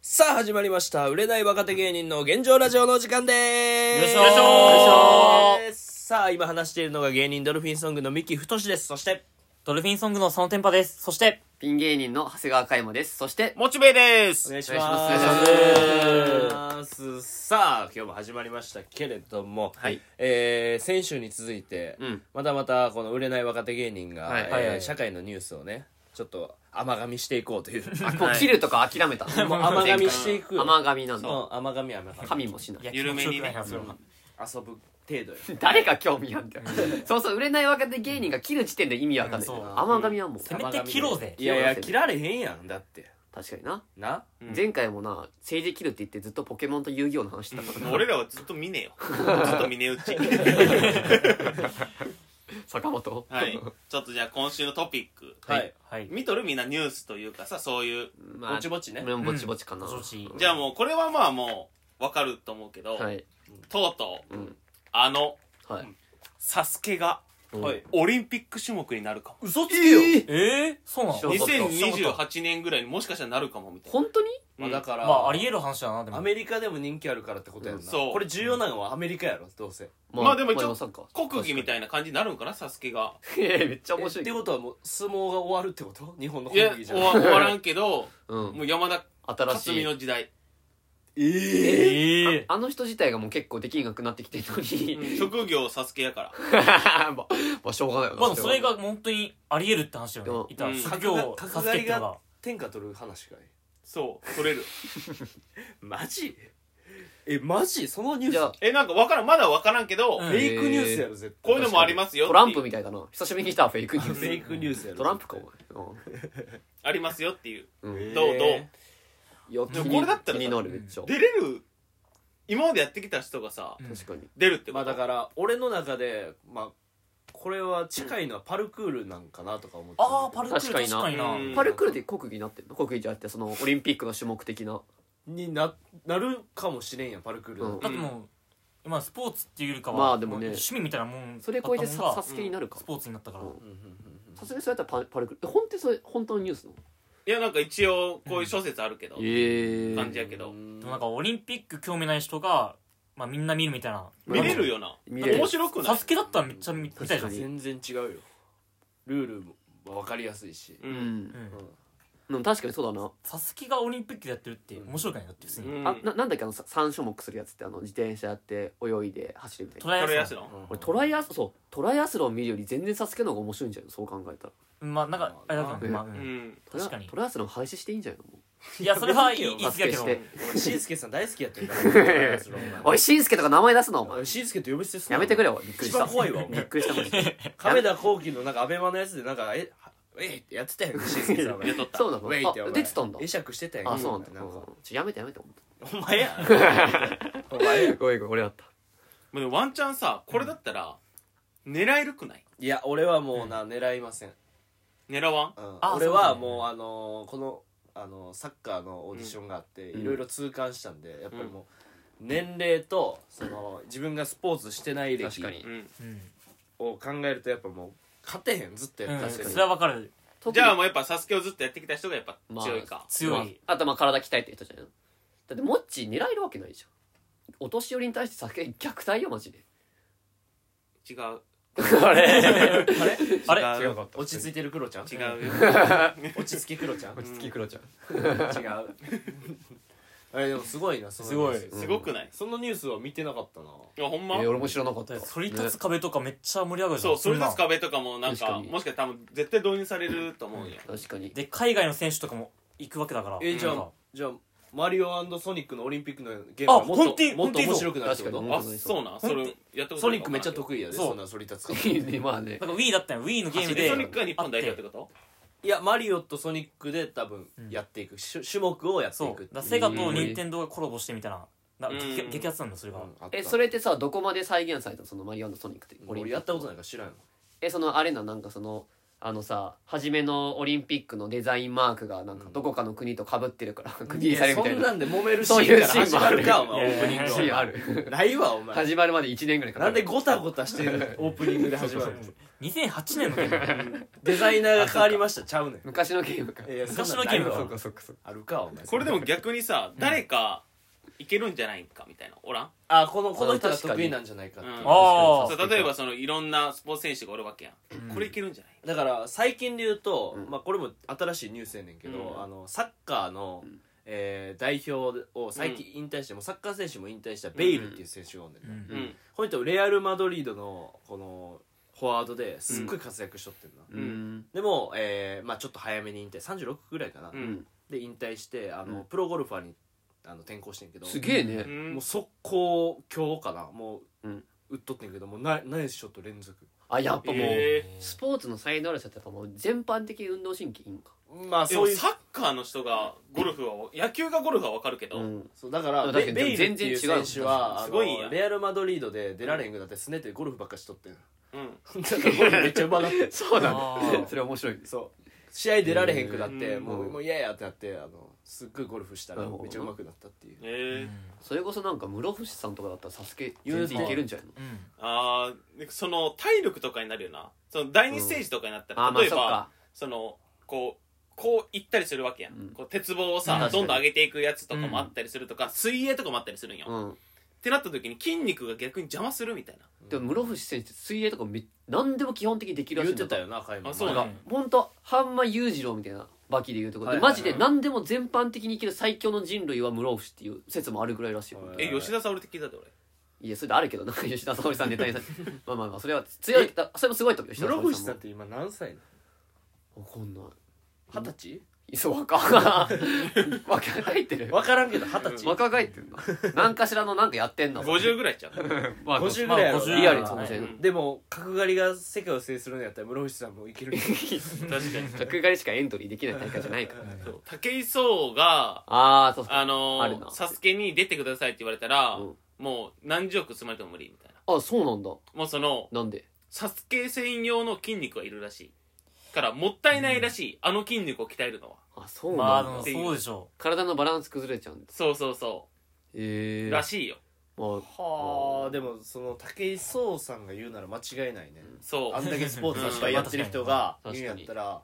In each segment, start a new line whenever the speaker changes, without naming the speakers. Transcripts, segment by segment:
さあ始まりました売れない若手芸人の現状ラジオの時間でーす
よ
よ
いしょー
いしょーさあ今話しているのが芸人ドルフィンソングの三木太ですそして
ドルフィンソングのそのテンパです。そして、
ピン芸人の長谷川嘉山です。そして、
モチベで
お
す
願いし
お願い
し
ますさあ今日も始まりましたけれども、
はい
えー先週に続いて、
うん
またまたこの売れない若手芸人が、
はい
えー
はいはい
社会のニュースをねちょっと甘噛みしていこうという
あ、もう切るとか諦めた。もう
甘噛みしていくよ
甘噛みなん
う
だ。
ん甘噛み甘噛み
神もしない。
緩めにね
面白くないな
遊ぶ程度よ
誰が興味あんだよ。そうそう、売れない若手芸人が切る時点で意味わかんないけ
そう
ど。甘噛みはもう。
せめて切ろうぜ
いやいや切られへんやんだって
確かにな。
な
前回もな、政治切るって言ってずっとポケモンと遊戯王の話してたからな。
俺らはずっと見ねえよずっと見ねえうち
坂本。
はいちょっとじゃあ今週のトピック
はい
はい。
見とるみんなニュースというかさそういう
ま
ぼ
あ
ち、ぼちね
俺もぼちぼちかな。
うんぼちぼ
じゃあもうこれはまあもうわかると思うけど、
はい。
とうとう、
うん
あの
はい。
サスケが
はい
オリンピック種目になるかも
嘘つけよええそうな
知ら
の
なかった
2028年ぐらいにもしかしたらなるかもみたいな
本当に
まあだから
まあ、あり得る話だな、で
ア
も。
メリカでも人気あるからってことやん
うん
な
そう
これ重要なのはアメリカやろどうせ
まあでも一応
まあ今さ
国技みたいな感じになるんかなサスケが
確かにいやいやめっちゃ面
え
白
って
い。
ことはもう相撲が終わるってこと日本の
いや
本気じゃ
終
な
わ
い
終わらんけど
うん。
もう山田
新し
勝美
い。
の時代
ええ
あの人自体がもう結構できなくなってきてるのに。
職業サスケやから
まあ、まあ、しょうがないよな
まあ、それが本当にあり得るって話だよね。
うん
いた
うん
職業を
角刈角
助
刈
け
り
てた
が
ら。
天下取る話かい
そう取れる
マジえマジそのニュース
じゃあ
えなんかわからんまだわからんけど、
うん
フェイクニュースやろ絶対
こういうのもありますよ
トランプ
っていう
みたいだな久しぶりに来たフェイクニュ
フェイ
ー
クニュースやろ
ストランプかお
ありますよっていう
前うん、うん
えー
どうどう
いや
でも
気に
これだったら
気になるめっちゃ
出れる今までやってきた人がさ
うん
確かに
出るってこ
まあ
と
だから俺の中でまあこれは近いのはパルクールなんかなとか思ってたんだ
ああ、
けど
パルクール確
確
か
か
に
に
な。
うん
パルクールで国技になってんの国技じゃなくてそのオリンピックの種目的な
にななるかもしれんやんパルクールなんて
だってもう、まあ、スポーツっていうよりかは、
まあでもね
趣味みたいなもん。
それ超えて
だっ
さ
たもん
サ
が
スケになるか
スポーツになったから。
うん
うんうんうん
さすがにそれやったらパパルクールえ本当にそれ本当のニュースの
いやなんか一応こういう諸説あるけど、
え
感じやけど、
でもなんか、オリンピック興味ない人が、まあ、みんな見るみたいな。
うん
見れるよな
見れる
面白くな
サ
い
スケだったらめっちゃ見見たいじゃん。
確かに
全然違うよルールも分かりやすいし、
う、
うんん
う、ん
うん、確かにそうだな、
サスケがオリンピックでやってるって面白くないだって普通
う
に、
ん、
あななんだっけあのさ3種目するやつってあの自転車やって泳いで走るみたい
ト
な
ライ
トライ
ア
ア
ス
ス
ロ
ロン
俺トライアスそうトライアスロン見るより全然サスケの方が面白いんじゃないのそう考えたら
ンまあなんかあれだけど、まあう、
うんん
トラ
確かに
トライアスロン廃止していいんじゃないのもう
いやそれはいい言い
いや
過ぎやけど
サスケして
俺しんすけさん大好きやってんから
おい、しんすけとか名前出すな、お前。
しんすけと呼び捨てすんな
やめてくれよ、びっくりした。
一番怖いわお前
びっくりした、マジで。
亀田光輝のなんかアベマのやつでなんかえはえいってやってたやんしんすけさ んお前
やっ とった
そうなの
ウェイってお
あ、
前
出てたんだ
会。釈してたやん
あ、そうなんだ。
なんか
ちょやめてやめて、ほんと。
お前や
ごめん、ごめん、俺だった。
まあでもワンチャンさこれだったら狙えるくない
いや俺はもうな狙いません、
狙わん
うん
あ
俺は
そうなんや
もうあのーこのあのーサッカーのオーディションがあって
ん
いろいろ痛感したんでやっぱりもう年齢とその自分がスポーツしてない歴
確かに
うん
うん、
を考えるとやっぱもう勝てへんずっとや
う
っ
ん、
て
確かに
それはわかる
特に
じゃあもうやっぱサスケをずっとやってきた人がやっぱ強いか、
強い、
あと、まあ、体鍛えてる人じゃないのだって、モッチー狙えるわけないじゃん。お年寄りに対して酒虐待よ、マジで。
違う
あれ
あれ
あれ
違う
かっ
落ち着いてるクロちゃん
違
う
うよ
落ち着きクロちゃん 違う
つきくろちゃん。
あれでもすごいなそのニュース
す
ごい
すごくない、
そのニュースは見てなかったない
やほんま、
え、俺も知らなかった。
そり立つ壁とかめっちゃ盛り上がるじゃん
そうそれ立
ん
つ
な
壁とかもなんか
確かに
もしかしたら多分絶対導入されると思うよ、
確かに。
で海外の選手とかも行くわけだから
えじゃ
な
あ
んか
じゃあマリオソニックのオリンピックのゲームはも
あ
っ
本当に
ともっと
本当にそう
面白くなるってこと
確かに
あそうなんそれやったこと
ソニックめっちゃ
得
得意やで
そう
そんな反り立つ から
いいね、まあね
だ。から Wii だったよ Wii のゲーム
意
で
ソニックが日本代表ってこと
いやマリオとソニックで多分やっていく、しゅ種目をやって
そ
いうくっ
だ
て
か
い
ら
う
セガと任天堂がコラボしてみたいなな
うん
激激アツなんだよそれが、
うんあった
え、それってさ、どこまで再現されたのそのマリオンのソニックって。
俺やったことないから知らんよ
えそのあれななんかそのあのさ初めのオリンピックのデザインマークがなんかどこかの国とかぶってるから、国にされるみ
そ
たい
ん
な
なんで揉めるシ
そ
ー
うい
ン
う
から
シーン
始
も
ま
あ
る
る
かお前オ
い
ープ
や
ニ
い
ン
や
グ
いや
シーンある
ないわお前
始まるまで1年ぐらいかか
なんで
る
ごたごたしてるオープニングで始まる
そうそうそう2008年のゲーム
デザイナーが変わりましたちゃうねん
昔のゲームか
いや
昔
そん
の
なんない
ゲーム
わ
は
そうかそうかそうか
あるかお前
これでも逆にさ誰かいけるんじゃないかみたいなおらん
あこのこの人が
確かに
得意なんじゃないかっていう
うん
あ
そう例えばそのいろんなスポーツ選手がおるわけやん、これいけるんじゃな
だ
い
から最近で言うと、
うん
まあ、これも新しいニュースやねんけど、
うん
あのサッカーの、
ん
えー代表を最近引退して、もうサッカー選手も引退したベイルっていう選手がおんねんな、
うん
うん
この人レアル・マドリードのこのフォワードですっごい活躍しとってんな、
う
うんん
でも、えーまあ、ちょっと早めに引退36ぐらいかな、
う
うんん
で引退してあの、
うん
プロゴルファーにあの転向してんけど
すげえね
うん
もう速攻今日かなもう、
うん
打っとってんけどもうなナイスショット連続
あやっぱもう
え
スポーツの才能ある人ってやっぱもう全般的に運動神経いいんか
まあ
ーで
そ
も
ういう
サッカーの人がゴルフは野球がゴルフは分かるけど、
うん
そうだから
確か
ベ
に
ベイルっていう
全然違
選
う
手はあ
すごいや
の
ん
レアル・マドリードで出られんぐだってすねてゴルフばっかしとってん
うん
だからゴルフめっちゃうまかって
そう
だ
だ
ね
ね それ面白いです
そう試合出られへんくなって
うん
もうもう嫌やってなってあのすっごいゴルフしたら
なるほど
めっちゃうまくなったっていう
えー
それこそなんか室伏さんとかだったらサスケ全然いけるんじゃないの
うん
あーでその体力とかになるよなその第二ステージとかになったら、
あまあ
例
そ
え
っ
ば、
か
そのこうこう行ったりするわけやん、
うん
こう鉄棒を
うん
さ
確か
ど
に
んどん上げていくやつとかもあったりするとか、水泳とかもあったりするんよ、っ
うん
てなった時に筋肉が逆に邪魔するみたいな
でも室伏選手って水泳とかめ何でも基本的にできるら
言
しい
っ
ん
て
だ
たよな開幕
あそう
な
なんん
か
だ
本当ハンマ裕次郎みたいなバキで言うところ
は
で
いはい
マ
はい
ジで何でも全般的にいける最強の人類は室伏っていう説もあるぐらいらしいよ
はい
え吉田沙保里って聞いたで俺
いやそれであるけどな吉田沙保里さんネタにさまあまあまあそれは強いだそれもすごいと思う吉田沙
室
保
伏
里さ
さん
ん
って今何歳なの
もわかんない
二十
いそう若若返って
歳
る
分からんけど二十歳
若返ってるな何かしらのなんかやってんの
50ぐらいちゃう
まあ
50
ま
ぐ
あ
らいやろ
50
な
リアルにそのせい
うん
でも角刈りが世界を制するのやったら室伏さんもいける
確かに
角刈りしかエントリーできない大会じゃないから
そう武井壮が
ああそうそう
あの
あるな
ー、サスケに出てくださいって言われたら、
うん
もう何十億積まれても無理みたいな
あそうなんだ
もうその
なんで
サスケ専用の筋肉がいるらしいからもったいないらしい、あの筋肉を鍛えるのは
あそうな
ま
んだ、
あ
っ
で
て
も
いう
そうでしょ
体のバランス崩れちゃうんだ
そうそうそ
え
う、
え
らしいよ
ま
はあでもその武井壮さんが言うなら間違いないね
そう
あんだけスポーツいっぱいやってる人が
うん
言うんやったら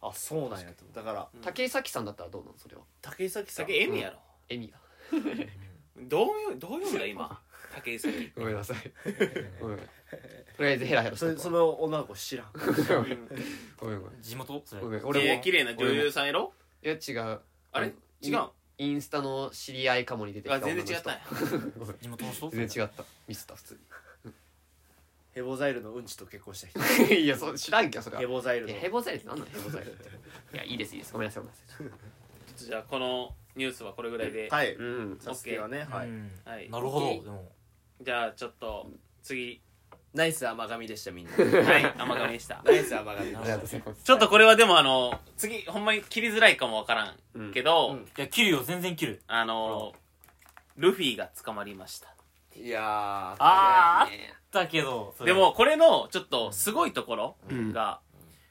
あそうなんやと思うだから
あ竹井咲さんだったらどうなのそれは
武井咲さん
酒エミやろ、
エミが
どういうどういうんだ今武井咲
ごめんなさいごめんとりあえずヘラヘラし
そ
と
れ
く
そ
わ
の女の子知らん
ごめんごめんごめん
う地元それ
ごめん
い
俺
や
も
綺麗な女優さんやろ
いや違う
あれ
うん
違うあ
インスタの知り合いかもに出てきた
全然違ったん
女の
や
人ごめん
地元の人
全然違ったミスった普通
ヘボザイルのうんちと結婚した人
にいやそう知らんけどそれは
ヘボザイル
い
の
やヘボザイルって何なのヘボザイルっていやいいですいいですごめんなさいごめんなさい
じゃあこのニュースはこれぐらいで、
はい
うん
サスケはねはい
うん
はい
なるほど
オッケー
でも
じゃあちょっと 次
ナイス甘噛みでしたみん な
はい甘噛みで した
ナイス甘噛みで
あ
し
りが
た
とうございます
ちょっとこれはでもあの次ほんまに切りづらいかもわからんけ
う
ど、
んうん
いや切るよ全然切る
あのルフィが捕まりました
いやー
あーあっ
ね
たけどそれ
でもこれのちょっとすごいところが、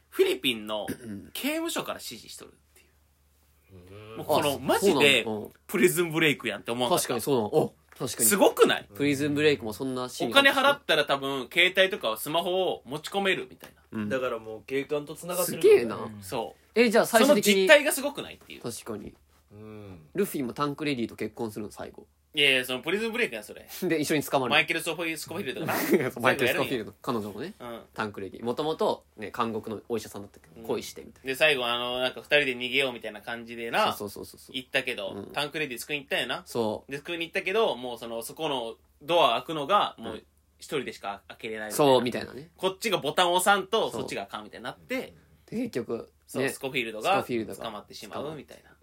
フィリピンの
ん
刑務所から指示しとるっていう
あ
もうこのマジで
そうなの
プリズンブレイクやんって思
うん
う
確かにそうなのお確かに
すごくない
プリズンブレイクもそんなシー
お
ンがあ
金
る
払ったら多分携帯とかスマホを持ち込めるみたいな、
うん
だからもう警官と繋がってる
す
もんね
げえな
うん
そ
えじゃあ
うそ
最終
の
的に
実態がすごくないっていう
確かに
うん
ルフィもタンクレディと結婚するの最後
いやいやそのプリズンブレイクやんそれ
で一緒に捕まる
マイケル・ソフィー・スコフィールドかな
マイケル・スコフィール
ド
ド彼女もね
うん
タンクレディもともとね監獄のお医者さんだったけど
うん
恋してみたい
で最後あのなんか二人で逃げようみたいな感じで
な
な
そうそうそうそう
行ったけど、
うん
タンクレディ救いに行ったよな
そ
で救いに行ったけどもうそのそこのドア開くのがもう一人でしか開けれないうみたいな
そうみたいなね
こっちがボタンを押さんと
そう
そっちがあかんみたいになって
で結局
そう、
ね
スコフィールド
スコ
が
フィールドが
捕まってしまうみたいない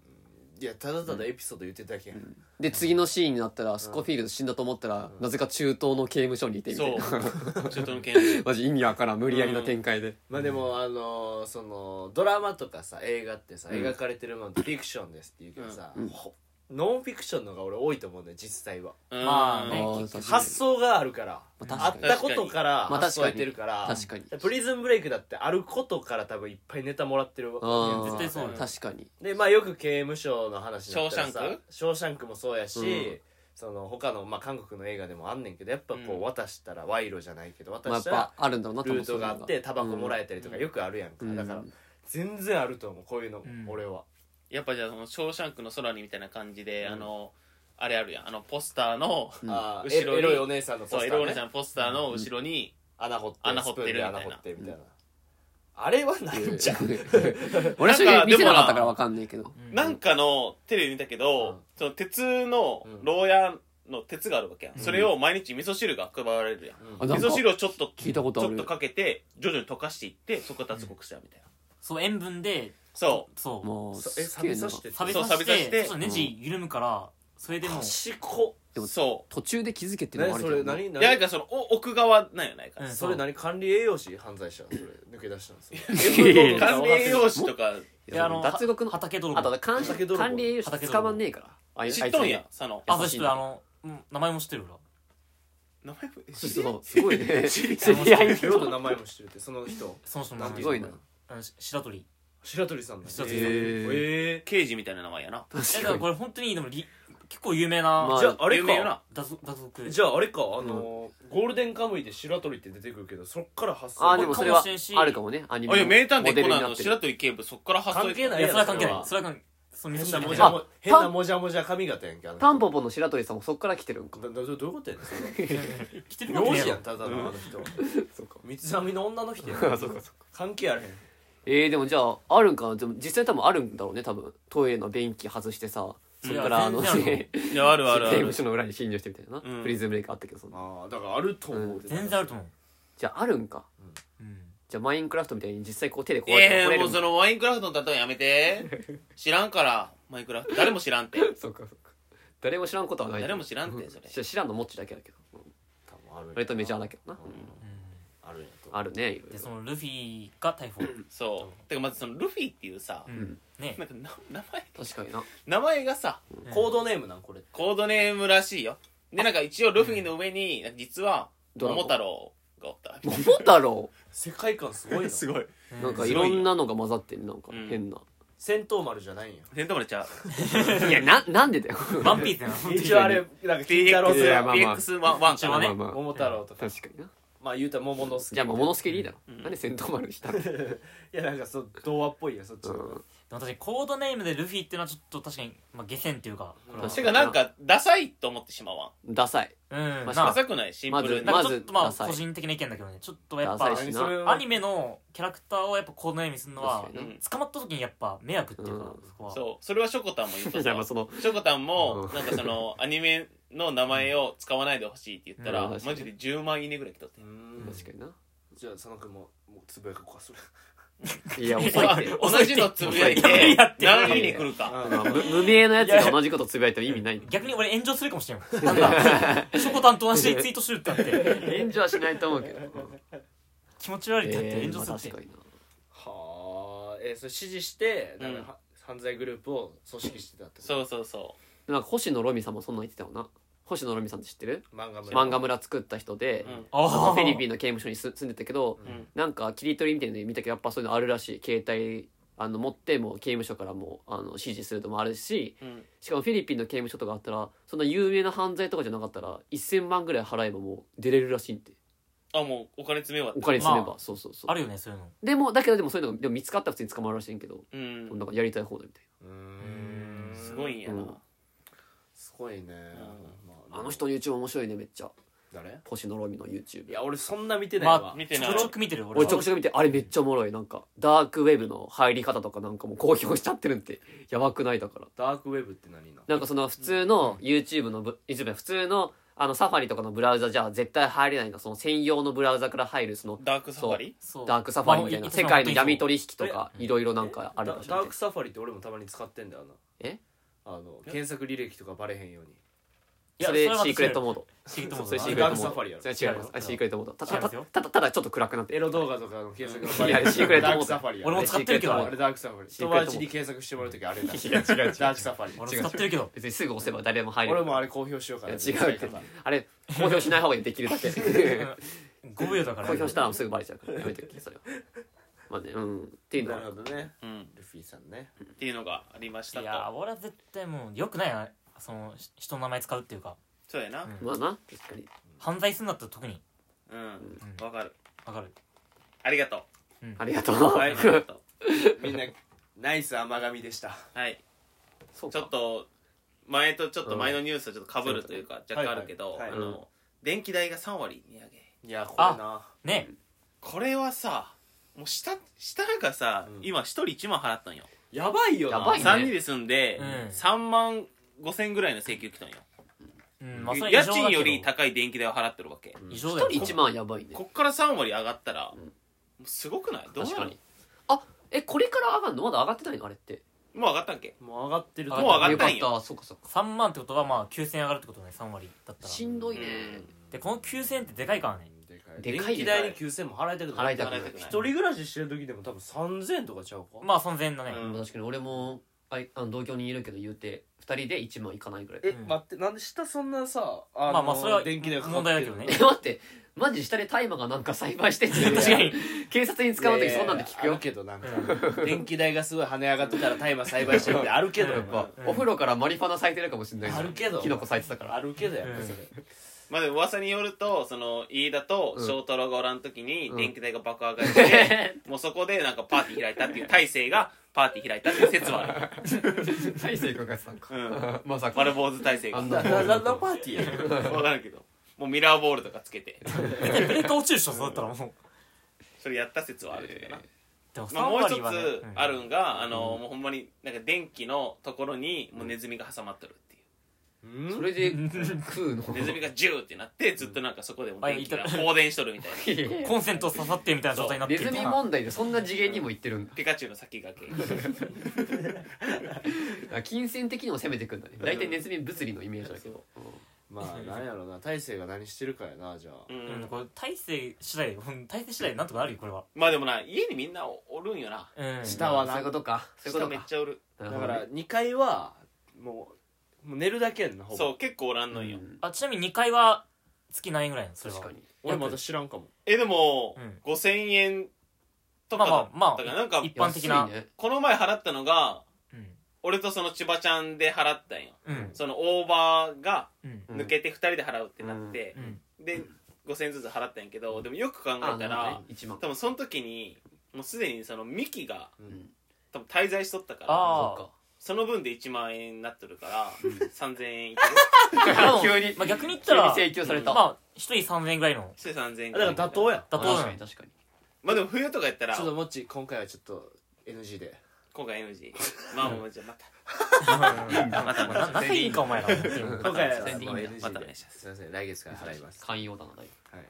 やただただエピソード言ってただけやん
で次のシーンになったらスコフィールド死んだと思ったらなぜか中東の刑務所にいてみた
そ
いうな
中東の 刑務所
マジ意味わからん無理やりな展開で
まあでも、あのーそのドラマとかさ映画ってさ、
ん
描かれてるものってフィクションですって言うけどさ、ほノンフィクションの方が俺多いと思うんだよ実際は
うん
まあ
あ
ね
ー確かに
発想があるから、
まあ
あ
確
っ
かに
たことから
まあ
発
確
想
か
や
に
ってるから,、
確かに
プリズンブレイクだってあることから多分いっぱいネタもらってるわけ
あ
やん
絶対そうだよ
ー確かに
でまあよく刑務所の話だったらさ
ショーシャンク
ショーシャンクもそうやし、
うん
その他の、まあ、韓国の映画でもあんねんけどやっぱこ
うん
う渡したら賄賂じゃないけど
まあ
渡
やっ
したら
ぱあるんだろうな
ルートがあってタバコもら
え
えたりとか
うん
よくあるやんか、
うん
だから全然あると思うこういうの、
うん
俺は
やっぱじゃあその「ショーシャンクの空に」みたいな感じで、
うん
あのあれあるやんあのポスターの
うん
あー
後ろに
エロいお姉さんのポ
そう
ス
エ
タ
ロ
ー、
お姉
ね
さ、んのポスターの後ろに、
穴掘って
穴掘って
ス
る
プーンで穴掘
みたいな
ってみたいな、あれはないんじゃん、
俺は正
な
直
んか
見てなかったからわかんないけど
うん
なんかのテレビ見たけど、
うん
その鉄の
うん
牢屋の鉄があるわけやん、それを毎日味噌汁が配られるやん、
うん
あなん
味
か
噌汁をちょっと
聞いたことあ
ちょっ
る
とかけて徐々に溶かしていってそこから脱獄したみたいな、
そう塩分で
そう
そう
もう
そえ
す
サ
げえ
ビ
な
さして
錆び
そう
させ
錆びさせ
て
て
ちょっとネジ緩むからそれでも
賢っ
でも
そ
途中で気づけってのも
何
ある
そ
けど
れ何
な
ういやな
何
んかそのお奥側なんやないか、
うん
それ何管理栄養士犯罪者それ抜け出したんですよ
いや
管理栄養士とか
いや
あの
脱獄の
畑泥 棒
あと管
畑泥棒
管理栄養士捕まんねえからあい
知っとん
あい
やその
あ
優し
そ
い
し
ん
て
だ
あのうん名前も知ってる俺は
名前も
つそうすごいね知り 合い
ちょっと名前も知ってるってその人
そもそも
なんて
す
う
ごいな
うんし白鳥
白鳥さんだ
白
鳥さん
え
刑事みたいな名前やな
え
確
だか
からに
これ本当にでもり結構有名
ま
な
じゃああれ
有名よ
か
な
脱脱獄
じゃああれかあのーゴールデンカムイで白鳥って出てくるけどそっから発想
あーでもそれは
かもしれんし
あるかもねアニメ
あいや名探
モデル
偵コ
に
ナン
な
の
って
白
る
鳥警部そっから発想
関係ない
いやそれは関係
それ
な
はい
それは関係その
変
水
な
白
も
鳥
じゃ
あ
も変
パン
なもじゃもじゃ髪型やんけあの人
タンポポの白鳥さんもそっから来てるんか
どどどういうことやねんそれ
来てるわけ
幼
ねえ
児
や
や
ろ
んただのあの人
そうか
三つ編みの女の人やん関係あれへん
えー、でもじゃああるんかなでも実際多分あるんだろうね多分トイレの便器外してさそっからあの
いや全然ある
ね
いやあるある あ
刑
る
務所の裏に侵入してみたいな、
うん
プリズンブレイクあったけどそんな
ああだからあると思う
全然あると思う
じゃああるんか
うん
じゃあマインクラフトみたいに実際こう手でこうやって
え
掘
え
れる
も
ん
うそのマインクラフトの例えやめて知らんからマインクラフト誰も知らんって
そうかそうか誰も知らんことはない
誰も知らんってそれ
知知らんのもっちだけだけどうん
多分ある
割とメジャーだけどな、
うんあるんやと
あるねいろい
でそ
ろ
のルフィが逮捕
そうてかまずそのルフィっていうさ
うんね
なんかな名前
確かにな
名前がさ
うん
コードネームなんこれ
コードネームらしいよでなんか一応ルフィの上になんか実は
ドラゴ
桃
ン
太郎がおった
桃太郎
世界観す ごいな
すごい
うん
なんかいろんなのが混ざってるなんか
うん
変な、
戦闘丸じゃ ないんや
セントマルちゃう
いやななんでだよ
ワンピースだな
一応あれなんか金太郎す
い
ら
やまあまあ
PX1
ま
は
あ
ね
まあ
桃太郎とか
確かにな
まあ言うたら桃の助
じゃあ桃之助でいいだろ、
うん
なんで戦闘丸にしたの、
いやなんかそう童話っぽいやんそっちの
うん
でも確かにコードネームでルフィっていうのはちょっと確かに、まあ、下船っていうかこれは
確
てかなんかダサいと思ってしまわん
ダサい
うん
まあ
な
ダ
あ
サくないシンプルに
なん
ま
か
ず
ちょっとま
ダ
あ
サい
個人的な意見だけどねちょっとやっぱ
ダサいし
何それは
アニメのキャラクターをやっぱコードネームにするのは
確
かにね
捕まった時にやっぱ迷惑っていうか
うん
そこは
そうそれはしょこたんも言っ
い
た
やまあ
さ
その
しょこたんも
うん
なんかそのアニメの名前を使わないでほしいって言ったら
うん
マジで10万いいねぐらい来とって
うーん
確かにな
じゃあ佐野君ももうつぶやくかそれ
いや遅いって
あ 同じのつぶやい
遅いって
て何いいね来るか
あの無無名のやつが同じことつぶやいても意味ない
逆に俺炎上するかもしれんも んなんだしょこたんと同じツイートしてるってなって
炎上はしないと思うけど
気持ち悪いってなって
えー
炎
まあ
上す
確
るっ
か
て
にな
はあえーそれ指示してなんかは犯罪グループを組織してたってこと
そうそうそ
なんか星野ロミさんもそんなん言ってたよな星野ロミさんって知ってる
漫画村
漫画村作った人で
う、うん
あ
あのフィリピ
ン
ンの刑務所にす住んでたけど、
うん
なんか切り取りみたいなの見たけどやっぱそういうのあるらしい携帯あの持ってもう刑務所からもうあの指示するのもあるし
うん
しかもフィリピンの刑務所とかあったらそんな有名な犯罪とかじゃなかったら1000万ぐらい払えばもう出れるらしいって
あもうお金詰めは
お金積めば、
ま
そうそうそう
あるよねそういうの
でもだけどでもそういうのがでも見つかったら普通に捕まるらしいんけど、
う
なんんかやりたい放題みたいう
ーん
すごいんや
う
なん
すごいねま
なあの人の YouTube 面白いねめっちゃ
誰
星野ロミの YouTube
いや俺そんな見てない
まあ
わ
見て
ち
ない
ょくちょく見てる俺
俺
は
ちょくちょく見てあれめっちゃおもろいなんかダークウェブの入り方とかなんかもう公表しちゃってるんって やばくないだから
ダークウェブって何な
なんかその普通の YouTube のブ YouTube 普通のあのサファリとかのブラウザじゃ絶対入れないのその専用のブラウザから入るその
ダークサファリ
そう
ダークサファリみたいな世界の闇取引とか
え
いろいろなんかある
ダ
らしい
ダークサファリって俺もたまに使ってんだよな
え
あの検索履歴とかバレへんように
いや
それ
それは
シークレットモード
シークレットモ
それシ
あ
ー
ー
クレ
ド
ダ
ット
ークサ
モード
ファリやろ
それ違いますあシークレットモードたた
違いま
た
すよ
ただただちょっと暗くなって
エ
る
ロ動画とかの検索がバ
い
レへん
やシークレットモー
ダーク
ド
サファリや
俺も使ってるけど
あれダークサファリ
シークレ
友
ットモード
達に検索してもらう時あれだ
いや違う違う
ダークサファリ
俺使ってるけど
別にすぐ押せば誰でも入れる
俺もあれ公表しようかな
いや違うってあれ公表しない方がいいできるだけ
5秒だから
公表したらすぐバレちゃうからやめておけそれはまあねうんっていうの
な
は
るほどね
うん
ルフィさん ね
っていうのがありました
いや
と
俺は絶対もうよくないなそのし人の名前使うっていうか
そうやな
まあな確かに
犯罪するんだったら特に
うんわ、かる
わかる
ありがと
ありがとう、
う はいありがとう
みんなナイス甘神でした
はい
そう
ち
か
ょっと前とちょっと前のニュースとちょっとかぶるというか若干あるけど、
はいはい
あ
はい
の、
うん
電気代が3割値上げ
いやこ
れ
な
ね
これはさもう下下がさ、
うん
今1人1万払ったんよ、
やばいよな
やばいね
3人で住んで、
うん
3万5千ぐらいの請求来たんよ、
うんまあそれは
家
異常だけ
賃
ど
より高い電気代を払ってるわけ、
異常
一
だよ
人一万やばいね
こっから3割上がったら、
ん
もうすごくないどうな
確か
の
にあえこれから上がるのまだ上がってないのあれって
もう上がったんけ
もう上がってる
もう上が
あ
っ
よ
た
か
ん
っ
よ
たそうかそうか
3万ってことはまあ9000円上がるってことね3割だったら
しんどいね
でこの9000円ってでかいからね
でかい
でかい
電気代に9000も払いたくない
払いたくない
払いたくない
一人暮らししてる時でも多分3000とかちゃうか
まあ3000円だね
うん
まあ確かに俺もあいあの同居にいるけど言うて二人で一万いかないぐらい
え、
うん
待ってなんで下そんなさあの
まあまあそれは
電気代かかってる
問題だけどね
え 待ってマジ下で大麻がなんか栽培してんじゃん
確かに
警察に捕まってきそうなんで聞く
いやいやあ
よ
るけどなんか電気代がすごい跳ね上がってたら大麻栽培してるってあるけどやっぱ
うん
お風呂からマリファナ咲いてるかもしれない
あるけど
キノコ咲いてたから
あるけどやっぱそれ
まあでも噂によるとその飯田と
うん
翔太郎がおらん時に
うん
電気代が爆上がりして、 もうそこでなんかパーティー開いたっていう大勢がパーティー開いたっていう説はある
大成君がやってたんか まさか
丸坊主大勢が
あんな
分
なななパーティーやね
からんけどもうミラーボールとかつけて
絶対ブレーカー落ちるでしょそうだったらもう
それやった説はあるけどな、
でも3
まあ、もう
割
一
はね
つ
うん
あるんが、あのもうほんまになんか電気のところにもうネズミが挟まっとるっていう
それで食うの
ネズミがジューってなってずっとなんかそこでもう電気が
あいた
放電しとるみたい な
コンセント刺さってるみたいな状態になって
ネ
る
ズミ問題でそんな次元にも行ってるんだ
ピカチュウの先駆 け
あ金銭的にも攻めてくんだね大体ネズミ物理のイメージだけど
まあなんやろな大勢が何してるかやなじゃあ
う
うんんこれ体勢次第ほん体勢次第なんとかなるよこれは
まあでもな家にみんなおおるんよな
うん
下はな
そういうことかそういうこと
人めっ
か
ちゃおる
だ
だから2階はもうもう寝るだけやんなほぼ
そう結構おらんのんよ、
あちなみに2階は月何円ぐらいなのそれは
確かに
俺まだ知らんかも
えでも、
うん
5000円と
ま
か
あ
だっ
まあま
たかな
あ
なんか
一般的な
安いね
この前払ったのが
うん
俺とその千葉ちゃんで払ったんよ
うん
そのオーバーが
うん
うん
抜けて2人で払うってなって
う、ん
で5000円ずつ払ったんやけどでもよく考え
あ
た
なるほど
ら
ね一万
多分その時にもうすでにそのミキが
うん
多分滞在しとったか
あ
ら
ー
そ
その分で1万円になっとるから3000円いく
うか 急に
まあ逆に言ったら
急に請求された
まあ一人3000円ぐらいの
それ3000円
あだから妥当や
妥当
確
な
か
の
に確かに
まあでも冬とかやったら
ちょっともっち今回はちょっと NG で
今回 NG まあもうじゃあまた
またな仲いいかお 前ら
今回はもう
また
全然いいんだ
NG
またお願
で
いします
すいません来月から払います
寛容だなだいぶ
はい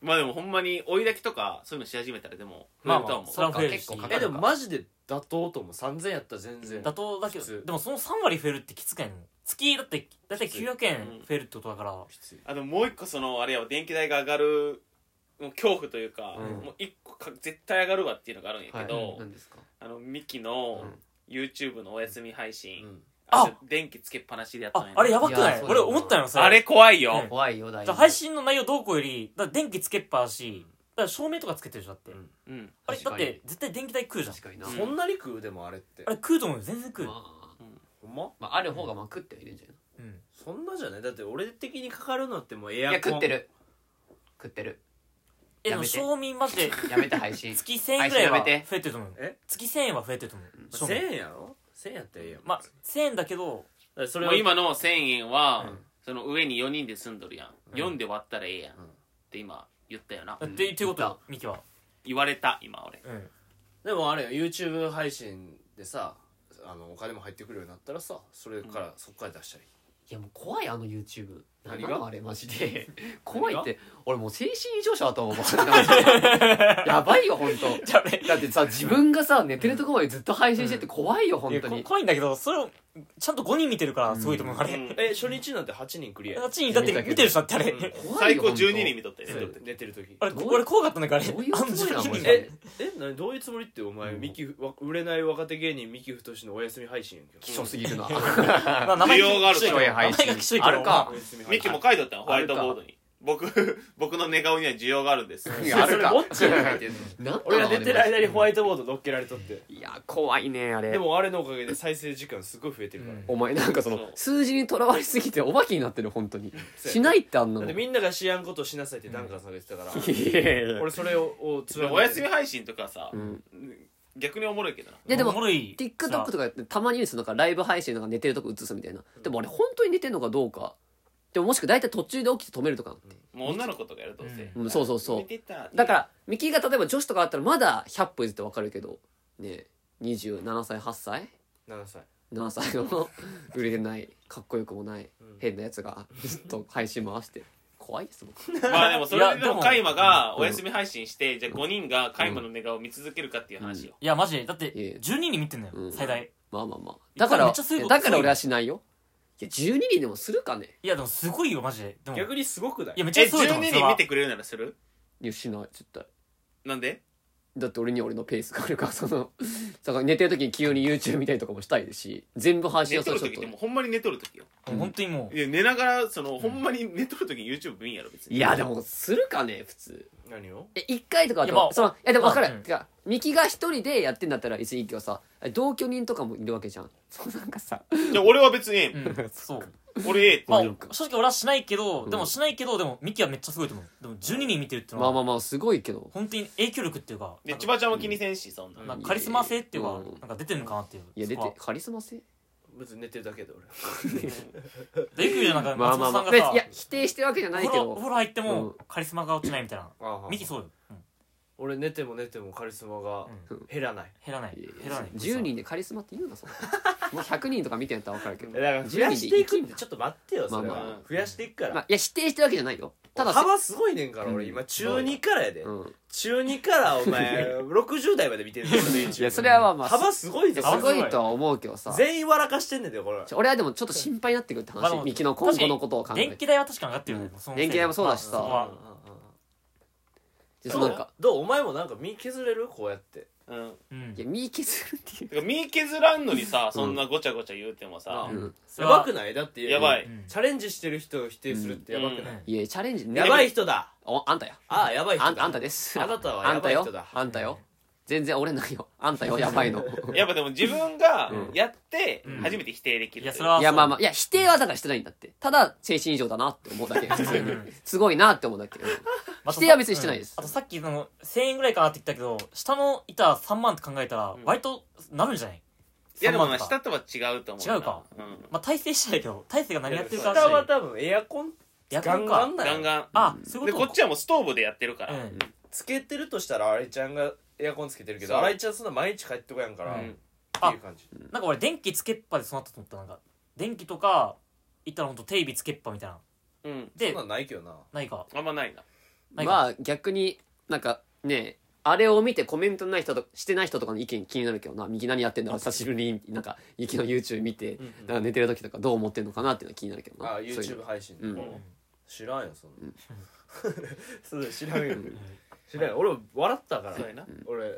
まあでもほんまに追い炊きとかそういうのし始めたらでも増
ま
え
あ
ると
ま
は
あ
思う、
それは増えるし
結構かか
え
る
でもマジで妥当と思う3000やったら全然
妥当だけ
普通
どでもその3割増えるってきつくないの月だって大体900円増えるってことだから
きつい
あでももう一個そのあれやわ電気代が上がるもう恐怖というか、
うん
もう一個か絶対上がるわっていうのがあるんやけど、
はい何ですか
あのミキの
うん
YouTube のお休み配信、
うん
あ
れ電気つけっぱなしでやったん
あ
や
あれやばくない
いやそうだ
俺
よ
思ったのそれ
あれ怖いよ、
うん
怖いよだいぶ
じゃあ配信の内容どうこうよりだから電気つけっぱだしだから照明とかつけてるでしょだって
うん
うん
あれ
確
だ
か
っ
に
て絶対電気代食うじゃん
確かにな
うん
そんなに食うでもあれって
あれ食うと思うよ全然食う
まあ
ほんま
まあある方がまあ食ってはいるんじゃない
うん
そんなじゃないだって俺的にかかるのってもうエ
い
ア
や
コン
食ってる食ってる
えで
や
も
めて
賞味マジで
やめて配信
月1000円ぐらい
あ
は
調べて
増えてると思う
え
月1000円は増えてると思う賞
1000
味
円やろ1000円やったらええやん
まあ1000円だけど
あそれ
も
を
う今の1000円は、
うん
その上に4人で住んどるや
ん
ん、4で割ったらええやん、
うん
って今言ったよな
だってっていうことだミキは
言われた今俺
うん
でもあれよ YouTube 配信でさあのお金も入ってくるようになったらさそれから、そっから出したり
いやもう怖いあの YouTube
何
何
が
があれマジで怖い
何が
って俺もう精神異常者だと思うマジでやばいよ本当
じゃあね
だってさ自分がさ寝てるとこまでずっと配信してて怖いよ本当
いやこ
に
怖いんだけどそれをちゃんと5人見てるからすごいと思うあれ
うん
え初日なんて8人クリ
8人だって見てる人だってあれ
うん
怖い
最
よ
高
本当
12人見とったよ
寝て
ねでも
る寝てる時
あれ
どう
俺怖かったんだからあれ
どういうつもりなの
あの
マ
12
ジ
人
で
え何どういうつもりってお前、
うん
ミキわ売れない若手芸人ミキ太のお休み配信やんけ
希少すぎるな
まあ名前
需要がある
希少
から
やけど名前が希少やけど
あるか
お休み配信
ミキも書いとったよホワイトボードに僕、 僕の寝顔には需要があるんです。
いやあるか
それモッチーが書いてんの
なん
俺が寝てる間にホワイ
ト
トボード乗っけられとって
いや怖いねあれ
でもあれのおかげで再生時間すごい増えてるから、
うん
お前なんかそ
そう
の数字にとらわれすぎてお化けになってる本当に
そうや
しないってあんな
だっ
の
てみんなが知らんことをしなさいってダンカンさんが言ってたから、
いやいやいや
俺それををつ
お休み配信とかさ、
ん
逆におもろいけどな。
いやでも
おもろい
TikTok とかやってたまに言うんですよなんかライブ配信なんか寝てるとこ映すみたいなでもあれ本当に寝てんのかどうかでももしくは大体途中で起きて止めるとかなって、
もう女の子とかやるとせ、
うん
うんそうそうそう
見てた
だからミキが例えば女子とかあったらまだ100歩譲ってわかるけどねえ27歳8歳
7歳
7歳の売れてないかっこよくもない
ん
変なやつがずっと配信回して怖いです僕
まあでもそれで
いやで
も
も
カイマがお休み配信して、じゃあ5人がカイマの寝顔を見続けるかっていう話よ、
いやマジでだって
いや
12人見てんだよ、
うん
最大
まあまあまあ
い
だか
これ
ら
めっちゃそういう
いや
こと
だから俺はしないよいや12人でもするかね
いやでもすごいよマジででも
逆にすごくない
いやめっち
え
ゃすごいと思う
12
それ
人
は
見てくれるならする
いやしない絶対
なんで
だって俺には俺のペースがあるからそ のだから寝てる時に急に YouTube 見たりとかもしたいですし全部配信
寝
はそ
と
れち
る
ょっ
時
と
ってもうほんまに寝とる時よ
もう本当にもう
いや寝ながらそのほんまに寝とる時に YouTube 見んやろ別に
いやでもするかね普通
何を
え一回とかだと
いやまあ
そのいやでも分かる、
まあうん
てかミキが一人でやってんだったら別にいいけどさ同居人とかもいるわけじゃんそうなんかさ
じゃあ俺は別にえ えん、
うんそう
俺ええって
まあ
マジか
正直俺はしないけどで
うん
もしないけどでもミキはめっちゃすごいと思うでも12人見てるっての
まあまあ
は
まあすごいけど
本当に影響力っていうか
で
なんか
千葉ちゃんは気にせんしそんな、
まあ
うん
カリスマ性っていうか
うん
なんか出てるのかなっていう
いや出
そこ
て
は
カリスマ性
別に寝てるだけで俺
でよく言うじゃんなんか
まあ
松
まあま
本さ
あ
んが
別
さ
にいや否定してるわけじゃ
お
ないけ
風呂お
ど
風呂入って
う
も
ん
カリスマが落ちないみたいな
ああ
ミキそうようん
俺寝ても寝てもカリスマが
うん
減らない、
減らない
いやいや
減らない
10人でカリスマって言うなそん なもう100人とか見てんやったら分かるけど
だから増やしていくんでちょっと待ってよそれは、
まあ
まあ
増やしていくから、
まあいや否定してるわけじゃないよただ
幅すごいねんから俺
うん
今中2からやで、
うん
中2からお 前60代まで見てるんですよ YouTube
いやそれはまあまあ
幅すごいです
す
よ
ごいとは思うけどさ
全員笑かしてんねんだよこれ
ちょ俺はでもちょっと心配になってくるって
まあ
話、
でも
ミキの今後のことを考え
電
て
気代は確かに上がってるよねそのせいで
電気代もそうだしさ
まあそこは
でそのなんか
どうお前もなんか身削れるこうやって
うん
うん
いやミキするっていう
てか身削らんのにさそんなごちゃごちゃ言うてもさ、
うん
そ
や
れは
ばくないだって
やばい、
うん
チャレンジしてる人を否定するってやばくない、
いやチャレンジ
やばい人だ
おあんたや
ああやばい人だ
あんあんたです
あなたはや
あん
ば
た
い
よ
人だ
あんたよ全然俺ないよあんたよやばいの
やっぱでも自分が
うん
やって
うん
初めて否定できるとう
いやそれはい
やまあまあいや否定はだからしてないんだってただ精神異常だなって思うだけ
ん
すごいなって思うだけ
まあ
否定は別にしてないです
うんあとさっきその1000円ぐらいかなって言ったけど下の板3万って考えたら
ん
割となるんじゃない
いやでもな
3万と
下とは違うと思うな
違うか
うん
まあ体勢次第だけど体勢が何やってるか
下は多分エアコン
エアコ
ガン
ン
ガ
か
ンだ
ガン
よ
ガン
あそういう
で
こ
ことっちはもうストーブでやってるから、
うん
つけてるとしたら新井ちゃんがエアコンつけてるけ
そ
ど
う
新井ちゃんそんな毎日帰ってこやんから、っ
うん
ていう感じ
なんか俺電気つけっぱでそうなったと思ったなんか電気とかいったらほんとテレビつけっぱみたいな
うん、
そ
で
んなんないけどな
ないか
あんまないな
ないか
まあ逆になんかねあれを見てコメントない人としてない人とかの意見気になるけどな右何やってんだろう久しぶりになんか雪の YouTube 見て、
うん
なんか寝てる時とかどう思ってんのかなっていうのは気になるけどな
あ
そういう
YouTube
の
配信
うん
知らんよそんな そう知らんよ知らんよ俺笑ったから
そうやな
俺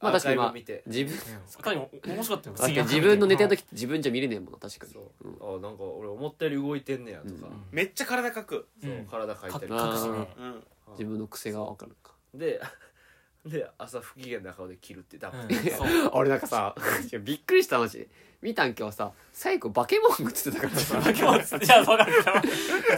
まあ確かにま
アーカイ
あ
ブ見て
自分
彼も面白かったよ
確かに自分の寝てる時って自分じゃ見れねえもんな確かに
そうあなんか俺思ったより動いてんねやとか
ん
めっちゃ体かく
そう
うん
体かいたりと
か
か
隠しね
うん
自分の癖が分かるか
で で朝不機嫌な顔で切るってダメ
うんそう
俺なんかさいやびっくりしたマジで見たん今日さ最後バケモン食ってたからさ
今日じゃあ分かる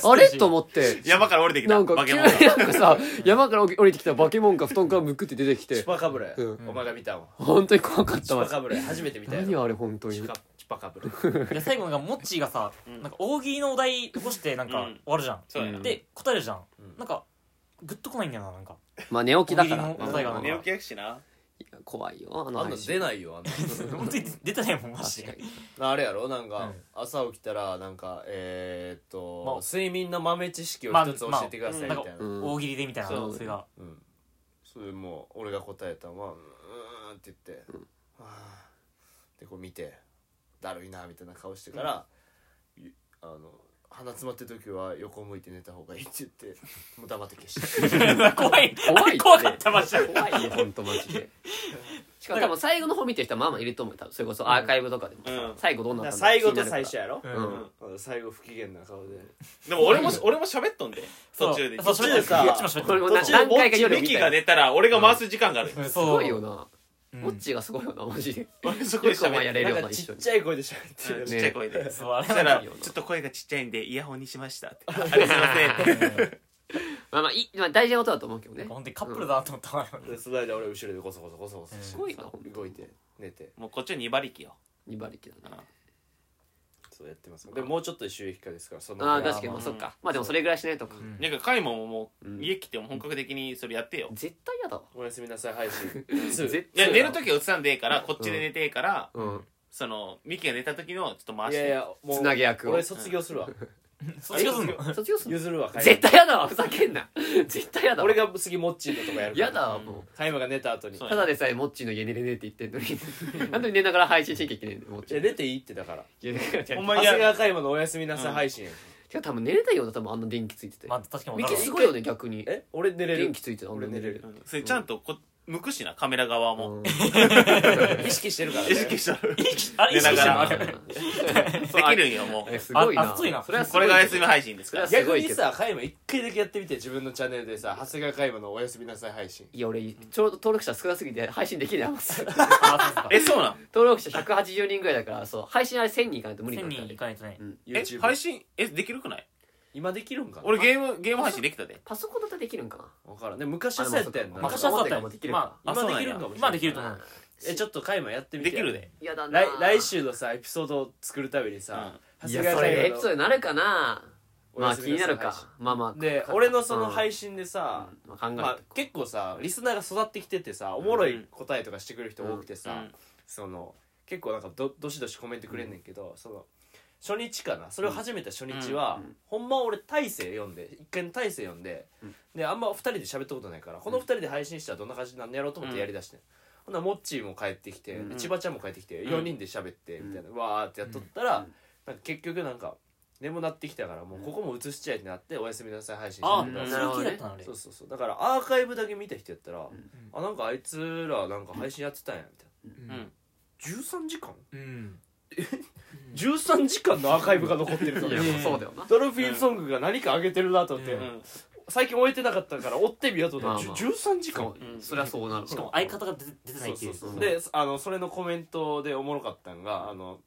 あれと思って
山から降りてきた
なんか
バケ
急
モ
に
ンが
なんかさ山から降りてきたバケモンが布団からむくって出てき
チュ
て
パカブラや
うん
お前が見たもん
本当に怖かっ
チ
た
ュ
マ
パ
ジで
カブラや初めて見たや
何
ろ
あれ本当
チ
に
ュカチュパカブラ
いや最後なんかモッチーがさ
うん
なんか大喜利のお題起こしてなんか
うん
終わるじゃん
そうやな
うん
で答えるじゃん
うん
なんかグッとこないんだよななんか
まあ寝起きだから
大喜利の答えが
う
なんん
寝
か
起きやしな
怖いよあの
あんなん
配
出
信
ないよあんな
本当に出てないもんマジ
確か
で
に
なあれやろなんか、
うん
朝起きたらなんかえー、っと、
まあ
睡眠の豆知識を
まあ
一つ教えてくださいみたいな、
まあ
うん
大喜利でみたいな
そう
それが
うん、それもう俺が答えたままうーんって言って、はあでこう見てだるいなみたいな顔してから、ゆあの鼻詰まってる時は横向いて寝た方がいいって言ってもう黙って消して
怖い
怖い
あ
って
れ怖かったマジで
怖いよ本当マジでしかも多分最後の方見てる人はまあまあいると思う多分それこそアーカイブとかでもさ、
うん
最後どうな
だか
った
ら
の
最後と最初やろ、
うん
うん
うん最後不機嫌な顔で
でも俺も俺も喋っとんで
そう
途中で
そう
途
そ
中
れ
で
で
さ
さこっちも喋ってる
これもな何回か夜
ミ
見
キ
た
が
よ
寝たら俺が回す時間がある、
うん
すごいよな
うん
モッチーがすごいよなマジで
俺そこで
よくお
喋
前や
る
れるよ
なん
な
か
一
ち
緒
っ
に
ちゃい声で喋って
うん
る
ちっちゃい声で
そうあれ
そ
な
した
んから
「ちょっと声がちっちゃいんでイヤホンにしました」って「あれすいません」って
まあまあいいまあ大事なことだと思うけどね
本当にカップルだなと思ったわ
でその間俺後ろでゴソゴソゴソゴソ
うん
し
す
て
ごいな本当
動いて寝て
もうこっちは2馬力よ
2馬力だな
そうやってますでもうちょっとで収益化ですからその
ああ
ー
確かにまあそっかまあでもそれぐらいしないとか、
うん
なんかカイモももう
うん
家来ても本格的にそれやってよ
絶対嫌だわ
おやすみなさい配信すぐ
絶
いや
対
寝る時は映さんでええからこっちで寝てええから
うん
そのミキが寝た時のちょっと回
い
し
やい
て
やもう
つなげ役を
俺卒業するわ
そっちがすんの
卒業する
譲るわ海馬
絶対嫌だわふざけんな絶対嫌だわ
俺が次モッチーのとかやるから
嫌だわも
カイマが寝た後に
そう
う
や
ただでさえモッチーの家寝れねえって言ってんの になんで寝ながら配信しなきゃいけないんだよモッチ
じゃ
ー
あ出ていいってだから
いやだ から
ほん
長
まに
谷
や
川カイマのおやすみなさい配信
てか多分寝れたいようだ多分あんな電気ついてて
まあ確かに
ミ
分か
キ
る
すごいよね逆に
え俺寝れる
電気ついてたあんな
俺寝れる
うんそれちゃんとこ向くしなカメラ側も
うん
意識してるからね
意識したら
あれ意
寝な
識し
が
てる
ら
のあれ
できるんよも
え
う
すごいな
あ熱いな
それはす
こ
ごいけ
れ
ど
がお休み配信ですから
それはすご
逆
い
に
けど
さカイマ一回だけやってみて自分のチャンネルでさ長谷川カイマのおやすみなさい配信
いや俺ちょうど登録者少なすぎて配信できないもん
あそうっすか
えそうなん
登録者180人ぐらいだからそう配信あれ1000人いかないと無理な
1000
んだよ
人いかないとね
え
YouTube
配信えできるくない
今できるんかな
俺ゲームゲーム配信できたで
パソコンだとできるんかな
分からんで昔はそうやったやんな
あまあ
昔はそうだ
ま
った
あ
よ
できる
ま
あ
今
そう
で
なん
き
や
るんかもしれない
今できると思う
えちょっとカイマやってみて
できるで
嫌だな
来来週のさエピソード作るためにさ
い
長谷
やそ
川カイマ
れ
の
エピソードになるかな
お
まあ
やす
気
み
に
さ
ないる
配信
かまあまあ
で俺のその配信でさ
うんまあ考えて
まあ結構さリスナーが育ってきててさおもろい答えとかしてくれる人多くて
う
さ
ん
その結構なんかどどしどしコメントくれんねんけどその初日かなそれを始めた初日はほんま俺大勢読んで一回の大勢読んでであんま2人で喋ったことないからこの2人で配信したらどんな感じなんやろうと思ってやりだしてんほんならモッチーも帰ってきてで千葉ちゃんも帰ってきて
ん
4人で喋ってみたいなわーってやっとったらなんか結局なんか眠なってきたからもうここも映しちゃいってなっておやすみなさい配信して
あ
んだけど
なるほ
そう
ど
いう
ね
気だったのあれ
そうそうそうだからアーカイブだけ見た人やったら、あなんかあいつらなんか配信やってたんやみたいな
うん
13時間
うん
13時間のアーカイブが残ってると
い
ね
や
うん
そうだよな
ドルフィンソングが何か上げてるなと思って、
う
うん
最近終えてなかったから追ってみようと思って、
まあまあ
じゅ13時間
そう
うん
そりゃそうなる
しかも相方が出て出てな
そ
いうって
そ
い
ううそう
うん
であのそれのコメントでおもろかったんがあの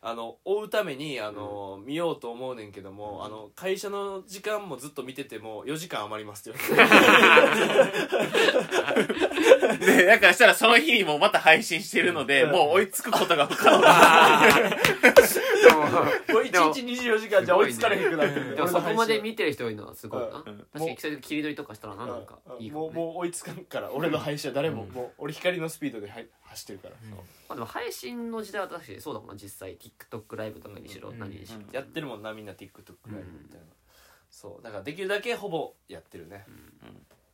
あの追うためにあの、見ようと思うねんけども、あの会社の時間もずっと見てても4時間余りますって言 われて
でだからしたらその日にもまた配信してるので、
うん
もう追いつくことが不可能だ
もう1日24時間じゃ追いつかれへんくなってる
でも
俺
そ
の
こ
配
ま
信
で見てる人多いのはすごいな
うん
確かにそういう切り取りとかしたらななんかいいか
も
も
う
ね
もう追いつかんから俺の配車誰も、もう俺光のスピードではい走ってるから、
まあでも配信の時代は確かにそうだもんな実際 TikTok ライブとかにしろ
うん
何にしろ
うん
やってるもんなみんな TikTok ぐらいみたいな、そうだからできるだけほぼやってるね、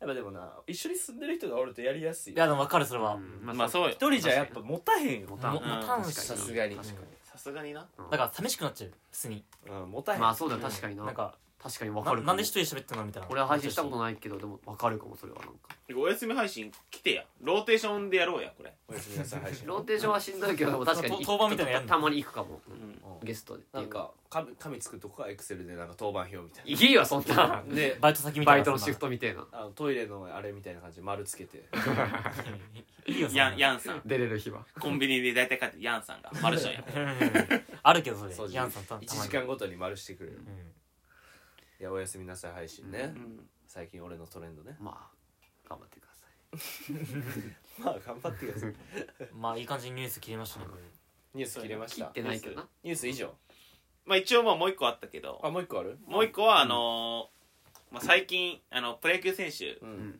やっぱでもな一緒に住んでる人がおるとやりやすい
いやでも分かるそれは
うん
まあそうよ
一人じゃやっぱ持たへんよ
ボタン
ももうターンし
さ
か
すがに
確か
さすがにな
に
だから寂しくなっちゃう普通に
うん、持たへん、
まあそうだよ確かにな
なんか
確かにわか
な
る
なんで一
し
人で喋ってんのみたいな
俺は配信したこと
な
ないけどでもわかるかもそれはなんか
お休み配信来てやローテーションでやろうやこれ
おやすみなさい配信
ローテーションはしんどいけどでも確かに
と登板みたいなのやんの
たまに行くかも
うん
うん
ゲストでって
ないん
うか
か紙紙作っとくかエクセルでなんか当番表みたい
いいよそんな
なで
バイト先みた い
バ
な
イトのシフトみたいな
あのトイレのあれみたいな感じで丸つけて
いいよそんな
ヤンヤンさん
出れる日は
コンビニで大体買ってヤンさんがマルションや
うんあるけどそれ
そう
ヤンさんたたまに
1時間ごとに丸してくれる、
う
い
ん
やおやすみなさい配信ね、
うん
最近俺のトレンドね
まあ頑張ってください
まあ頑張ってください
まあいい感じにニュース切れましたねこれ
ニュース切れまし
切
た
ってないけどな
ニュース以上
まあ一応まあもう一個あったけ
あ
ど
もう一個ある
もう一個はあのーまあ、最近あのプロ野球選手
う
うん
ん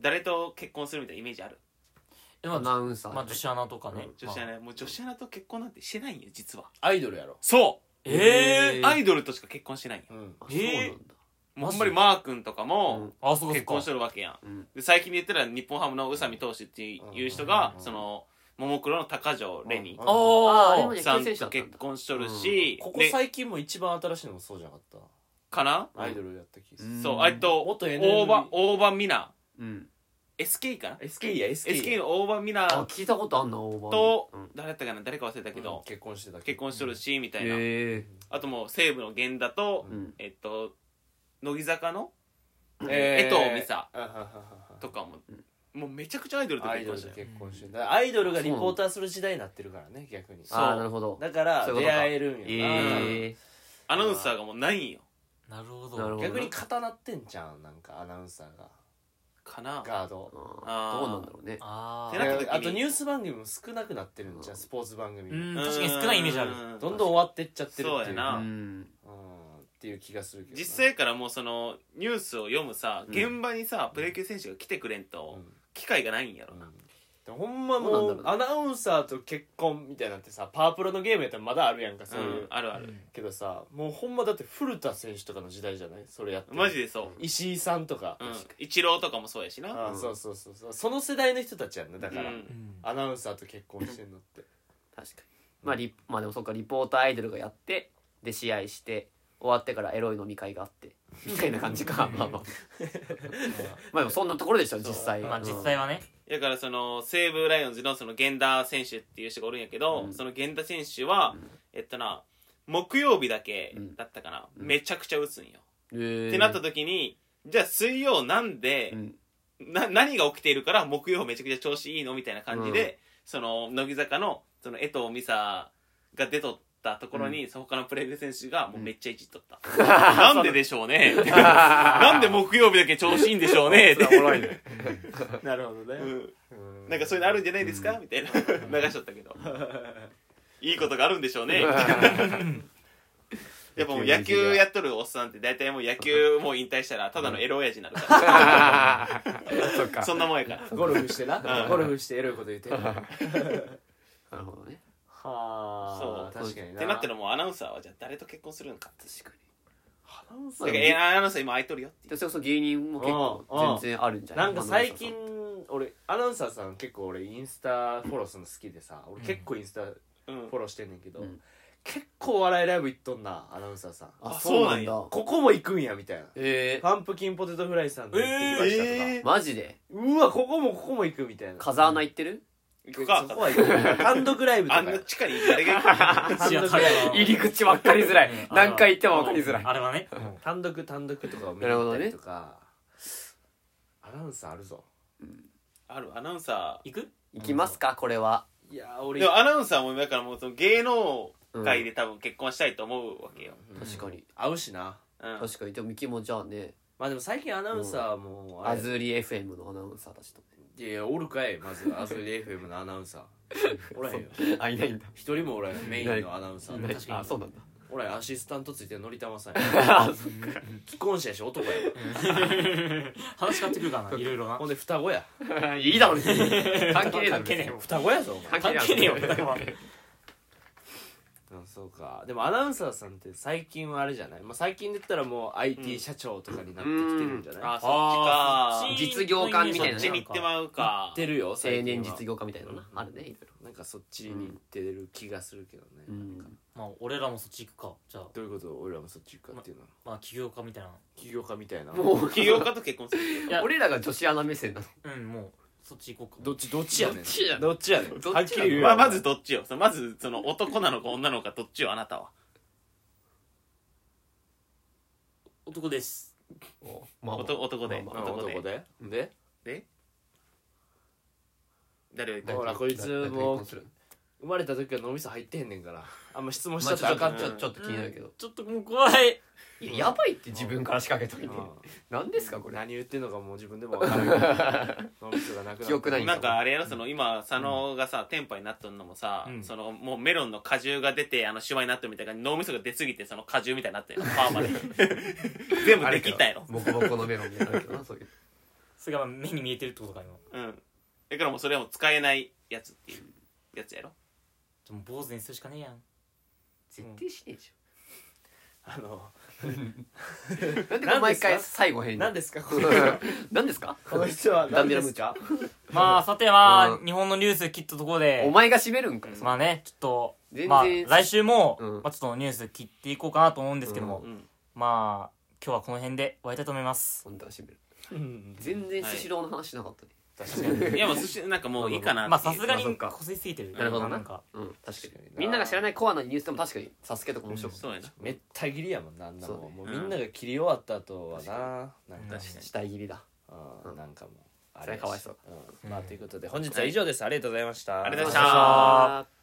誰と結婚するみたいなイメージある
で
ア
も
ナウンサ
まあ
ー
女子アナとかね
女子アナもう女子アナと結婚なんてしてないんよ実は
アイドルやろ
そう
えー
アイドルとしか結婚してないんよ
うん
あそうなんだ
もうほんまにマー君とかも
ああそうかそう
結婚し
か
とるわけやん
うん
で最近で言ったら日本ハムの宇佐美投手っていう人が
うん
そのももクロの高城レニ
うん
ああ
あ
れも
ー
ね
さん
野球選手だ
と
ったん
結
だ
婚しとるし
ここ
で
最近も一番新しいのもそうじゃなかっ
かな
たアイドルやった気がする
うん
そうあと
元 NMB
大場大場美奈
うん
SK かな
SK や SK,
SK の大場ミラ
あ
ー
聞いたことあんなオーバー
と
うん
誰だったかな誰か忘れたけど
結婚してた
結婚しとるしみたいな
へえ
あともう西武の源田と
うん
えっと乃木坂の
え
江藤美沙
あはははは
とかももうめちゃくちゃアイドルと
ア
結
イド
婚
ル
し
と
たよ
結婚してるアイドルがリポーターする時代になってるからね逆に
そう
ああなるほど
だから
そういうこと
出
か
会えるんやな多分
ええ
アナウンサーがもうないんよ
なるほど
なるほど
逆に固なってんじゃんなんかアナウンサーが
かな
ガード
あーどうなんだろうね
あ
てな
あ
った時に
あとニュース番組も少なくなってるんじゃんスポーツ番組
う
も
ん確かに少ないイメージある
うん
どんどん終わってっちゃってるって
そう
い
や
う
な
うん
うんっていう気がするけどな
実際からもうそのニュースを読むさ
うん
現場にさプロ野球選手が来てくれん
う
と
ん
機会がないんやろな
でほんま
そう
も
なん
う
だ
アナウンサーと結婚みたいなってさパワープロのゲームやったらまだあるやんかそう
う、
いうん
あるあ
う
る
ん
けどさもうほんまだって古田選手とかの時代じゃないそれやってる
マジでそ
石井さんとか、
ううん一郎とかもそうやしな
ああそうそうそうそうその世代の人たちやんなだから、
うん
うん
アナウンサーと結婚してんのって
確か
まあリまあでもそっかリポーターアイドルがやってで試合して終わってからエロい飲み会があってみたいな感じ か まあまあまあでもそんなところでしょ
そう
実際
まあ実際
は
はね
にだからその西武ライオンズのその源田選手っていう人がおるんやけど、
うん
その源田選手は、えっとな木曜日だけ
うん
だったかな、
うん
めちゃくちゃ打つんよ、
っ
ってなった時にじゃあ水曜なんで、な何が起きているから木曜めちゃくちゃ調子いいのみたいな感じで、その乃木坂のその江藤美沙が出とったところに、その他のプレー選手がもうめっちゃいじっと った、なんででしょう ねなんで木曜日だけ調子いいんでしょう ねって
なるほどね
うん
うん
なんかそういうのあるんじゃないですか、みたいな流しちゃったけ どいいことがあるんでしょうね やっぱもう野球やっとるおっさんって大体もう野球もう引退したらただのエロ親父になるか
そっから
そんなもんやから
ゴルフしてなゴルフしてエロいこと言ってる は
なるほどね
あ
そう
確かに
っ
な
てなってるもうアナウンサーはじゃあ誰と結婚するのかって
確か
アナウンサ
だか
ー
らえアナウンサー今空いとるよってい
に
う
それこそ芸人も結構全然あるんじゃな
ないんか最近俺アナウンサーさん結構俺インスタフォローするの好きでさ俺結構インスタフ
うん
ォローしてんねんけど、
うん
結構笑いライブ行っとんなアナウンサーさん
あ
あ
そうなん
そ
だ
ここも行くんやみたいな
ええ
パンプキンポテトフライさんで行ってきましたとか、
マジで
うわここもここも行くみたいな
風穴行ってる
行
そ
く
こ
か
は行く単独ライブと
あ
か
んな地下に誰が行く
単独ライブ
入り
口分かりづら
うん
行っても分かりづら
あれはね
単独単独とかを見に
なる
行
ほ
った
どね
りとか、アナウンサーあるぞ
あるアナウンサ
行く
行きますかこれはい
や
ー
俺
でもアナウンサーもだからもうその芸能
うん
界で多分結婚したいと思うわけよ、
確かに
合うしな
うん
確かにでもミキもじゃあね
まあでも最近アナウンサーはもうあ
ア
れ
ズーリ FM のアナウンサーたちと
いやいやおるかいまず アスリ FM のアナウンサーおらへんよ
あいないんだ
一人もおらへんメインのアナウンサー
確かに
あそうなんだ
おらへんアシスタントついてるのりたまさんや
あそ
既婚者やし男や
話変わってくるからないろいろな
ほんで双子や
っ かいいだろ別に関係ねえだろ
関係ねえよ
双子やぞお前
関
関係ねえよだから
うんそうかでもアナウンサーさんって最近はあれじゃない、まあ、最近で言ったらもう IT 社長とかになってきてるんじゃない、
あ
あ
ーそっちか
実業家みたいな
そっちに行ってまうか
ってるよ
青
最近
年
は
実業家みたいなのなあるねいろいろ
なんかそっちに行ってる気がするけどね、
うん
なんか
まあ俺らもそっち行くかじゃあ
どういうこと俺らもそっち行くかっていうのは
まあ起業家みたいな
起業家みたいな
もう
起業家と結婚する
いや
俺らが女子アナ目線なの
うんもうそっち行こうか
どっちどっちやねん
どっちやねん
どっちやねん
どっちやねん
はっきり言うよ
まあ、まずどっちよそのまずその男なのか女なのかどっちよあなたは
男です
まあまあ
男男で
まあ
うん
男で
男でで
で誰を行
まあ
ほらこいつもう
ちょっ
生まれた時は脳みそ入ってへんねんからあんま質問しちゃ
と
ったらあかん
ちょっとちょっと気になるけど
ちょっともう怖い
いややばいって自分から仕掛けといて
うん
何ですかこれ
何言ってんのかもう自分でも分からない脳みそがなくなった
記憶ない
なんかあれやろその今佐野がさ店舗になっとんのもさ、
うん
そのもうメロンの果汁が出てあのシュワになってるみたいな感じ脳みそが出すぎてその果汁みたいになってるパーマで全部できたやろ
ボコボコのメロンになるけどなそういう
それが目に見えてるってことか今
うんだからもうそれはもう使えないやつっていうやつやろ
でも坊主にするしかねえや ん
絶対しねえじ
あの
ゃんなんでこれ毎回最後変
何
に
ですか この
何ですか
この人は
ダン
何
デ
で
ラム
す
ーチャ
か
まあさては
うん
日本のニュース切ったところで
お前が締めるんかよ
まあねちょっ
全然
とまあ来週も
うん
まあちょっとニュース切っていこうかなと思うんですけども
うん
まあ今日はこの辺で終わりたいと思います
そんな締める
うん
全然スシローの話しなかったね
確かに
いやもう寿司なんかもういいかな
まあさすが
まあそ
に
っか
こすりすぎてる
なるほどね
なんか
うん確か
確か
に
にな
みんなが知らないコアなニュースでも確かにサスケとか面白かった
そうやな
めった切りやもんなあんなも
そうん
もう
ね
みんなが切り終わった後はななんか
確
かに
死体切りだ
あ
う
ー
ん
なんかもうあ
それかわいそう
やしうんまあということで本日は以上ですありがとうございました
ありがとうございました
あ